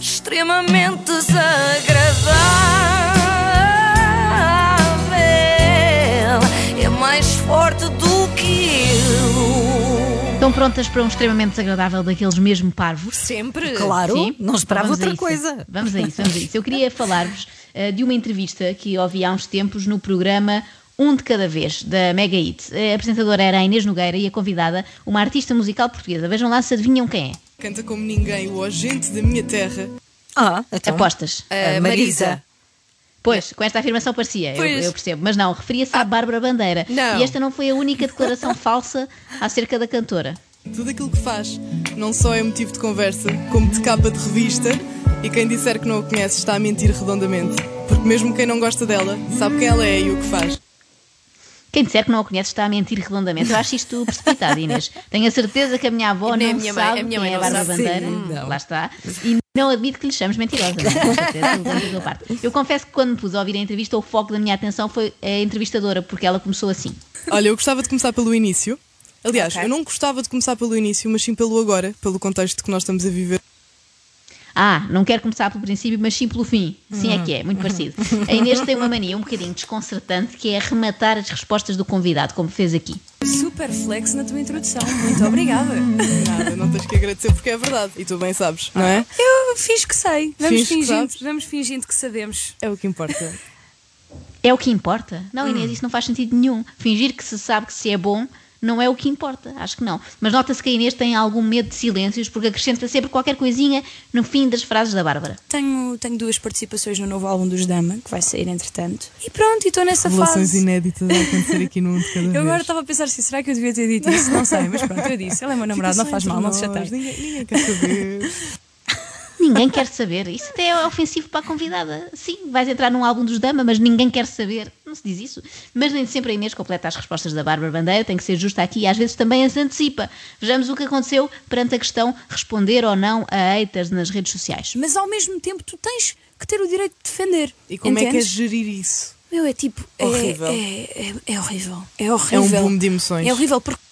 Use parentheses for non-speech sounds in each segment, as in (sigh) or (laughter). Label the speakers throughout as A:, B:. A: extremamente desagradável. É mais forte do que eu.
B: Estão prontas para um extremamente desagradável daqueles mesmo parvos?
A: Sempre.
C: Claro,
B: Sim?
C: não esperava
B: Então vamos a
C: outra
B: isso.
C: coisa.
B: Vamos a isso, vamos a isso. Eu queria falar-vos eh, de uma entrevista que ouvi há uns tempos no programa Um de Cada Vez, da Mega Hit. A apresentadora era a Inês Nogueira e a convidada, uma artista musical portuguesa. Vejam lá se adivinham quem é.
D: Canta como ninguém o agente da minha terra.
C: Ah, então.
B: Apostas.
C: A Marisa.
B: Pois, com esta afirmação parecia, eu,
D: Pois.
B: eu percebo. Mas não, referia-se
C: Ah.
B: à Bárbara Bandeira.
D: Não.
B: E esta não foi a única declaração (laughs) falsa acerca da cantora.
D: Tudo aquilo que faz não só é motivo de conversa, como de capa de revista. E quem disser que não a conhece está a mentir redondamente. Porque mesmo quem não gosta dela sabe quem ela é e o que faz.
B: Quem disser que não a conhece está a mentir redondamente. Eu acho isto precipitado, Inês. Tenho a certeza que a minha avó
A: Nem
B: não
A: a minha mãe-
B: sabe
A: a minha
B: quem
A: mãe
B: é a
A: não
B: Bárbara
C: sabe.
B: Bandeira.
C: Sim, não.
B: Lá está. E não admito que lhe chames mentirosa. não é? Com certeza, tudo bem da tua parte. Eu confesso que quando me pus a ouvir a entrevista, o foco da minha atenção foi a entrevistadora, porque ela começou assim.
D: Olha, eu gostava de começar pelo início. Aliás, eu não gostava de começar pelo início, mas sim pelo agora, pelo contexto que nós estamos a viver.
B: Ah, não quero começar pelo princípio, mas sim pelo fim. Sim, é que é, muito parecido. A Inês tem uma mania um bocadinho desconcertante que é arrematar as respostas do convidado, como fez aqui.
E: Super flex na tua introdução,
D: (laughs)
E: muito obrigada.
D: Nada, não tens que agradecer porque é verdade. E tu bem sabes, não é?
E: Eu fiz que sei, vamos
D: Finge que
E: fingindo,
D: sabes.
E: vamos fingindo que sabemos.
D: É o que (laughs) importa.
B: É o que importa? Não, Inês, isso não faz sentido nenhum. Fingir que se sabe que se é bom não é o que importa, acho que não. Mas nota-se que a Inês tem algum medo de silêncios porque acrescenta sempre qualquer coisinha no fim das frases da Bárbara.
E: Tenho, tenho duas participações no novo álbum dos Dama, que vai sair entretanto. E pronto, e estou nessa
D: Revelações
E: fase.
D: inéditas a acontecer aqui num de cada vez.
E: Eu agora estava a pensar assim, será que eu devia ter dito isso? Não sei, mas pronto, eu disse. Ele é meu namorado, não
D: Só
E: faz
D: entre
E: mal, não se
D: nós,
E: chateie.
D: Ninguém, ninguém quer saber.
B: Ninguém quer saber. Isso até é ofensivo para a convidada. Sim, vais entrar num álbum dos Dama, mas ninguém quer saber. Não se diz isso. Mas nem sempre a Inês completa as respostas da Bárbara Bandeira, tem que ser justa aqui e às vezes também as antecipa. Vejamos o que aconteceu perante a questão responder ou não a haters nas redes sociais.
E: Mas ao mesmo tempo tu tens que ter o direito de defender.
D: E como é que é
E: Entendes?
D: gerir isso?
E: Meu, é tipo. é-
D: Horrível. um
E: É, é- é horrível. É horrível.
D: boom de emoções.
E: É horrível porque.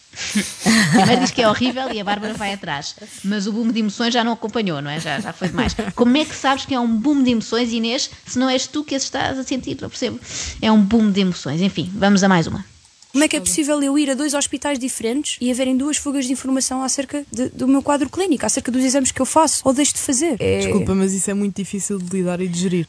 B: Primeiro diz que é horrível e a Bárbara vai atrás. Mas o boom de emoções já não acompanhou, não é? Já, já foi demais. Como é que sabes que é um boom de emoções, Inês, se não és tu que as estás a sentir? Não percebo. É um boom de emoções. Enfim, vamos a mais uma.
E: Como é que é possível eu ir a dois hospitais diferentes e haverem duas fugas de informação acerca de- do meu quadro clínico, acerca dos exames que eu faço ou deixo de fazer? É-
D: Desculpa, mas isso é muito difícil de lidar e de gerir.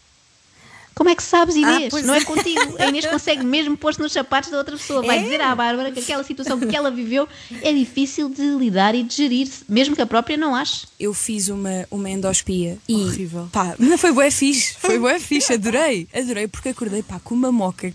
B: Como é que sabes,
C: Ah,
B: Inês?
C: pois
B: não é
C: é.
B: contigo. A Inês consegue mesmo pôr-se nos sapatos da outra pessoa. Vai dizer à Bárbara que aquela situação que ela viveu é difícil de lidar e de gerir, mesmo que a própria não ache.
E: Eu fiz uma, uma endoscopia e.
D: Horrível.
E: Pá, não foi bué fixe. Foi bué fixe,
D: (laughs)
E: adorei. Adorei porque acordei, pá, com uma moca.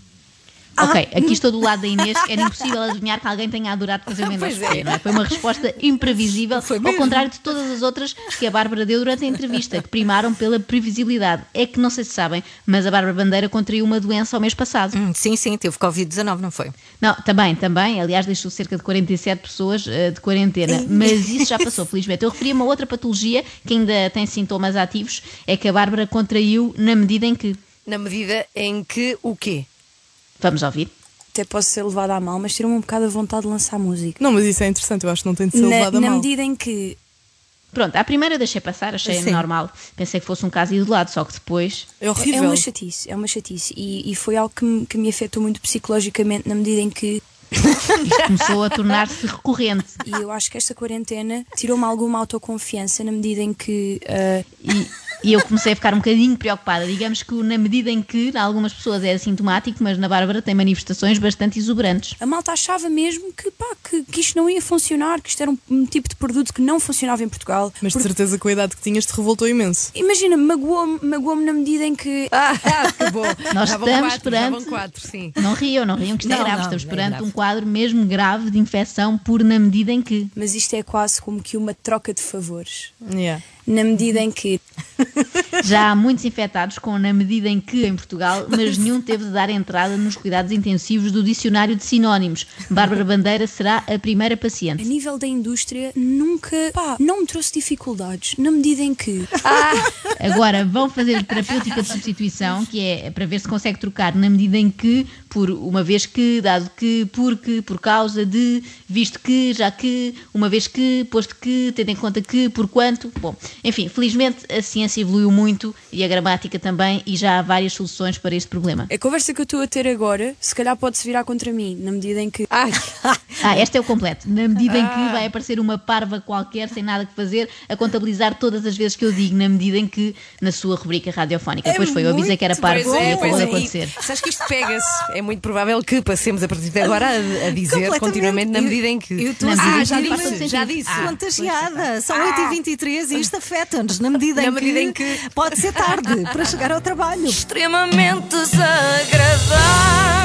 B: Ok, aqui estou do lado da Inês. Era impossível adivinhar que alguém tenha adorado fazer uma endoscopia, não é? Foi uma resposta imprevisível, ao contrário de todas as outras que a Bárbara deu durante a entrevista, que primaram pela previsibilidade. É que não sei se sabem, mas a Bárbara Bandeira contraiu uma doença ao mês passado.
C: Hum, Sim, sim, teve Covid-19, não foi?
B: Não, também, também. Aliás, deixou cerca de 47 pessoas eh, de quarentena. Mas isso já passou, felizmente. Eu referi a uma outra patologia que ainda tem sintomas ativos, é que a Bárbara contraiu na medida em que.
A: Na medida em que o quê?
B: Vamos ouvir.
E: Até posso ser levada a mal, mas tirou-me um bocado a vontade de lançar música.
D: Não, mas isso é interessante, eu acho que não tem de ser
E: na
D: levado a
E: na
D: mal.
E: medida em que.
B: Pronto, à primeira eu deixei passar, achei
C: Sim.
B: normal. Pensei que fosse um caso isolado, só que depois.
D: É horrível.
E: É uma chatice, é uma chatice. E, e foi algo que me, que me afetou muito psicologicamente na medida em que
B: Isto começou a tornar-se recorrente.
E: E eu acho que esta quarentena tirou-me alguma autoconfiança na medida em que. ah,
B: E, e eu comecei a ficar um bocadinho preocupada. Digamos que na medida em que, em algumas pessoas é assintomático, mas na Bárbara tem manifestações bastante exuberantes.
E: a malta achava mesmo que, pá, que, que isto não ia funcionar, que isto era um, um tipo de produto que não funcionava em Portugal.
D: Mas de
E: Porque-
D: certeza que a idade que tinhas te revoltou imenso.
E: Imagina, magoou-me magoou na medida em que.
C: Ah, (laughs) acabou.
B: Nós
C: já vão
B: estamos
C: quatro, já vão
B: perante-
C: quatro, sim.
B: Não riam, não riam, que isto é
C: Não,
B: grave.
C: não,
B: Estamos
C: não é
B: perante
C: grave.
B: um quadro mesmo grave de infecção por na medida em que.
E: Mas isto é quase como que uma troca de favores.
D: Yeah.
E: Na medida em que.
B: Já há muitos infectados com na medida em que em Portugal, mas nenhum teve de dar entrada nos cuidados intensivos do dicionário de sinónimos. Bárbara Bandeira será a primeira
E: A
B: paciente.
E: nível da indústria, nunca. pá, não me trouxe dificuldades. Na medida em que.
B: Agora vão fazer terapêutica de substituição, que é para ver se consegue trocar na medida em que, por uma vez que, dado que, porque, por causa de, visto que, já que, uma vez que, posto que, tendo em conta que, por quanto. Bom, Enfim, felizmente a ciência evoluiu muito e a gramática também, e já há várias soluções para este problema.
E: A conversa que eu estou a ter agora, se calhar pode-se virar contra mim, na medida em que.
C: (laughs)
E: Ai!
B: Ah, este é o completo. Na medida em
C: Ah.
B: que vai aparecer uma parva qualquer, sem nada que fazer, a contabilizar todas as vezes que eu digo, na medida em que, na sua rubrica
C: É
B: radiofónica. depois foi, eu avisei que era parvo
C: Pois
B: e
C: é,
B: pode
C: pois é.
B: acontecer.
C: E, sabes que isto pega-se. É muito provável que passemos a partir de agora a, a dizer continuamente na medida em que. Ah,
F: Eu estou
B: Na
F: a
B: medida
F: sentir
C: assim,
B: em que faz todo
F: isso,
B: sentido.
F: Ah, já disse.
B: Ah,
F: Contagiada. São 8h23 e isto afeta-nos na medida,
C: Na
F: em,
C: medida
F: que
C: em que-
F: pode ser tarde para chegar ao trabalho.
C: extremamente desagradável.
A: assim?